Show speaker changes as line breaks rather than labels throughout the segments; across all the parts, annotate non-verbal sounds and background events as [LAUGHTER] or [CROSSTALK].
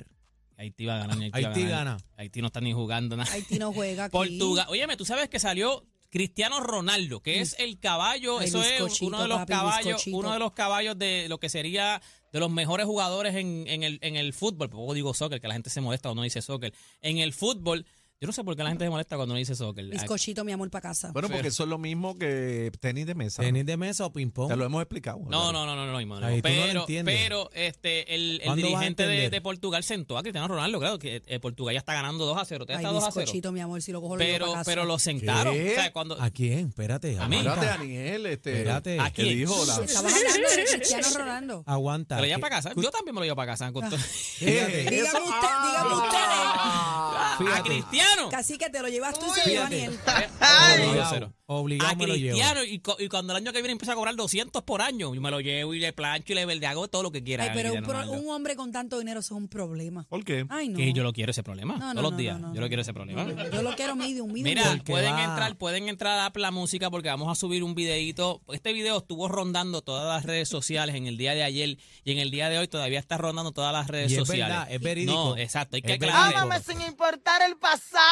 Haití va a ganar, Haití, va a
Haití
ganar.
gana.
Haití no está ni jugando nada.
Haití no juega aquí.
Portugal. Óyeme, tú sabes que salió Cristiano Ronaldo, que es el caballo,
Ay,
eso es
bizcochito,
uno de los
papi,
caballos,
bizcochito.
uno de los caballos de lo que sería de los mejores jugadores en, en el, en el fútbol. Poco digo soccer, que la gente se molesta cuando no dice soccer. En el fútbol, yo no sé por qué la gente se molesta cuando no dice soccer.
Bizcochito, mi amor, para casa.
Bueno, porque eso es lo mismo que tenis de mesa.
¿Tenis de mesa o ping-pong?
Te lo hemos explicado.
No, no, no, no, no, no, no.
Ahí tú no lo
pero,
entiendes.
pero este, el, el
¿Cuándo vas a
dirigente de,
entender?
de Portugal sentó a Cristiano Ronaldo, claro, que eh, Portugal ya está ganando 2 a 0, ya
Ay,
está 2 a 0.
bizcochito, mi amor, si lo cojo lo llevo
Pero,
pa' casa.
pero lo sentaron.
¿Qué?
O sea, cuando,
¿A quién? Espérate.
A mí.
aguanta.
Espérate, Daniel, este.
Espérate.
Aquí.
¿Qué dijo? La-
Estabas hablando de Cristiano Ronaldo.
Ah,
Aguanta.
Te lo llevas
que-
para casa. Yo también me lo llevo para casa.
Ah.
con todo.
¿Qué?
Dígame
Eso-
usted-
¡Ah!
dígame ustedes.
a Cristiano. [LAUGHS]
Casi que te lo llevas tú y se lo lleva
Fíjate.
Daniel.
Obligado, obligado
A
me lo llevo.
Cristiano. Y, co- y cuando el año que viene empieza a cobrar 200 por año, yo me lo llevo y le plancho y le, le hago todo lo que quiera.
Ay,
a
pero un,
Cristiano
pro-
Ronaldo.
un hombre con tanto dinero eso es un problema.
¿Por qué?
Ay, no.
Que yo lo quiero ese problema.
No, no,
Todos los
no,
días.
no, no,
yo lo
no.
quiero ese problema.
Yo lo quiero medium, medium.
Mira,
Porque
pueden
va.
entrar, pueden entrar a la música porque vamos a subir un videito. Este video estuvo rondando todas las redes sociales en el día de ayer y en el día de hoy todavía está rondando todas las redes
Y es
sociales.
verdad, es verídico.
No, exacto, hay que
Es
aclarar
verídico.
Ámame sin importar el pasado.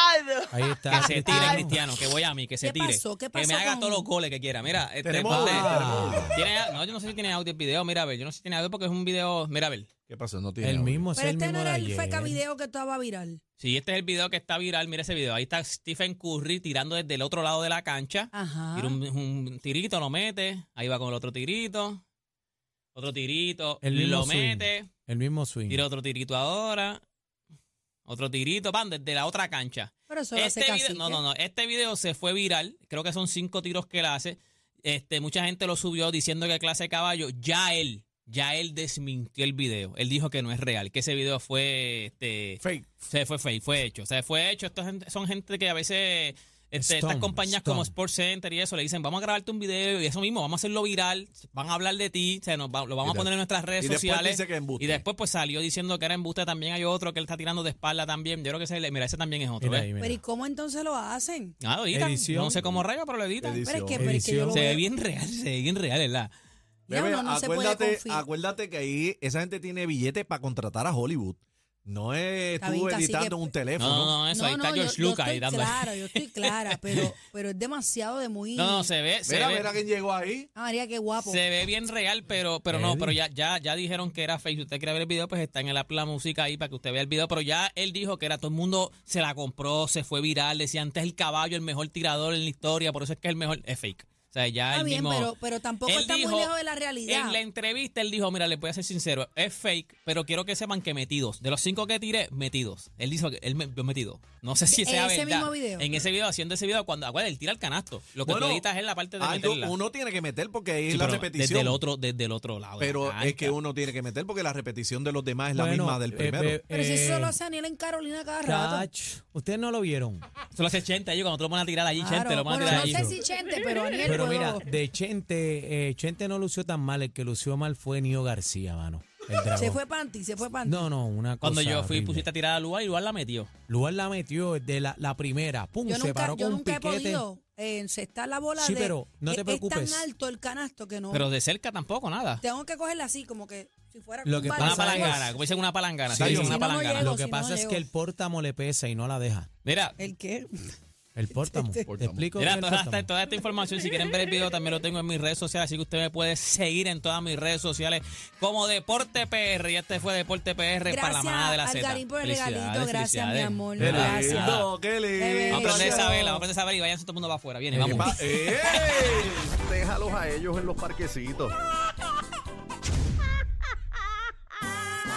Ahí está.
que se tire
Cristiano.
Cristiano, que voy a mí, que se
Ah, ¿Qué
tire.
pasó? ¿Qué
que me
pasó
haga
con-
todos los goles que quiera. Mira, este,
Tenemos
ponle-
audio.
Tiene- no, yo no sé si tiene audio el video, mira a ver, yo no sé si tiene audio porque es un video, mira a ver.
¿Qué pasó? No tiene.
El
audio.
mismo, es
Pero
el
este
mismo
no
de
era el
ayer.
feca video que estaba viral.
Sí, este es el video que está viral, mira ese video. Ahí está Stephen Curry tirando desde el otro lado de la cancha.
Ajá.
Tira un, un tirito, lo mete, ahí va con el otro tirito. Otro tirito,
El mismo
lo
swing.
mete,
El mismo swing.
tira otro tirito ahora. Otro tirito, van desde la otra cancha.
Pero eso lo hace
Este
casi.
video, no, no, no. Este video se fue viral. Creo que son cinco tiros que él hace. Este, mucha gente lo subió diciendo que clase de caballo. Ya él, ya él desmintió el video. Él dijo que no es real, que ese video fue, este,
Fake.
se fue fake, fue hecho. O sea, fue hecho. Estos gente- son gente que a veces eh, Este,
Stone,
estas compañías como
Stone.
Sports Center y eso le dicen, vamos a grabarte un video y eso mismo, vamos a hacerlo viral, van a hablar de ti, o sea, nos va- lo
Y
vamos
de-
a poner en nuestras redes
y después
sociales.
dice que es embuste.
y después pues salió diciendo que era embuste también, hay otro que él está tirando de espalda también. Yo creo que ese, mira, ese también es otro. ¿eh?
Mira
¿ves?
ahí, mira.
Pero ¿y cómo entonces lo hacen?
Ah, lo editan.
Edición.
No sé cómo rayo, pero lo editan.
Edición.
Pero es que, pero es que yo lo
Se ve
veo-
bien real, se ve bien real, ¿verdad?
Ya
Bebé,
uno no se puede
acuérdate,
confiar.
acuérdate que ahí esa gente tiene billetes para contratar a Hollywood. No es
Está
tú
bien, cacique,
editando un
No, no,
teléfono.
no, eso,
No,
ahí está
no,
George
yo, yo
Lucas
estoy
editando.
clara, yo estoy
[LAUGHS]
clara, pero, pero es demasiado de muy...
No, no, se ve, se
Mira,
ve.
mira quién llegó ahí.
Ah, María, qué guapo.
Se ve bien real, pero, pero no, pero ya, ya, ya dijeron que era fake. Si usted quiere ver el video, pues está en el app La Música ahí para que usted vea el video. Pero ya él dijo que era todo el mundo se la compró, se fue viral. Decía antes el caballo, el mejor tirador en la historia, por eso es que es el mejor. Es fake. O sea, ya
Está
él
bien,
mismo-
pero- pero tampoco
él
está muy lejos de la realidad.
En la entrevista él dijo, mira, le voy a ser sincero, es fake, pero quiero que sepan que metidos. De los cinco que tiré, metidos. Él dijo que él me- yo metido. No sé si
¿En
sea
ese
verdad.
mismo video?
En ese video, haciendo ese video, cuando acuérdate, él tira el canasto. Lo que
Bueno,
tú editas es la parte de
algo
meterla.
uno tiene que meter porque ahí
Sí,
es la
pero
repetición.
Desde el otro, desde el otro lado. de
Pero
la
es que
cancha.
uno tiene que meter porque la repetición de los demás es la
Bueno,
misma del
eh,
primero.
eh,
pero si eso
eh,
lo hace Daniel en Carolina cada rato.
Chacho, ustedes no lo vieron.
Eso lo hace Chente ellos cuando tú lo van a tirar allí,
Claro.
Chente, lo van a
Bueno,
tirar
no
allí.
sé si Chente, pero Daniel pues, oh,
Pero
puedo-
mira, de Chente, eh, Chente no lució tan mal. El que lució mal fue Nio García, mano. El dragón.
se fue panty, se fue panty.
No, no, una cosa.
Cuando yo fui,
horrible.
pusiste a tirar a Lugar y Lugar la metió.
Lugar la metió de la, la primera. Pum,
yo
se
nunca,
paró
yo
con un
nunca he
piquete.
podido eh, encestar la bola
Sí,
de-
pero no
es-
te
Es
preocupes.
tan alto el canasto que no.
Pero de cerca tampoco nada.
tengo que cogerla así, como que si fuera
Lo
con
que
un
Una
pasa-
balón.
palangana, como dicen una palangana.
Sí,
Sí, dicen
sí.
una
Si no,
no
palangana.
llego. Eh,
Lo que
si
pasa
no
es
llego.
que el pórtamo le pesa y no la deja.
Mira,
¿El qué? [LAUGHS]
El pórtamo. ¿Te
Pórtamo.
explico?
Mira,
el
toda
pórtamo?
esta, toda esta información, si quieren ver el video, también lo tengo en mis redes sociales, así que usted me puede seguir en todas mis redes sociales como Deporte PR. Y este fue Deporte PR para la
Gracias,
manada de la Z.
Algarín, por el
Felicidades,
regalito. Gracias, mi
felicidades.
amor.
Qué
Gracias.
ah.
lindo, qué
Bebé.
lindo.
Vamos a aprender
Gracias.
esa vela, vamos a aprender esa vela y váyanse todo el mundo va afuera. Viene, vamos.
Pa- ¡Ey!
Déjalos a ellos en los parquecitos.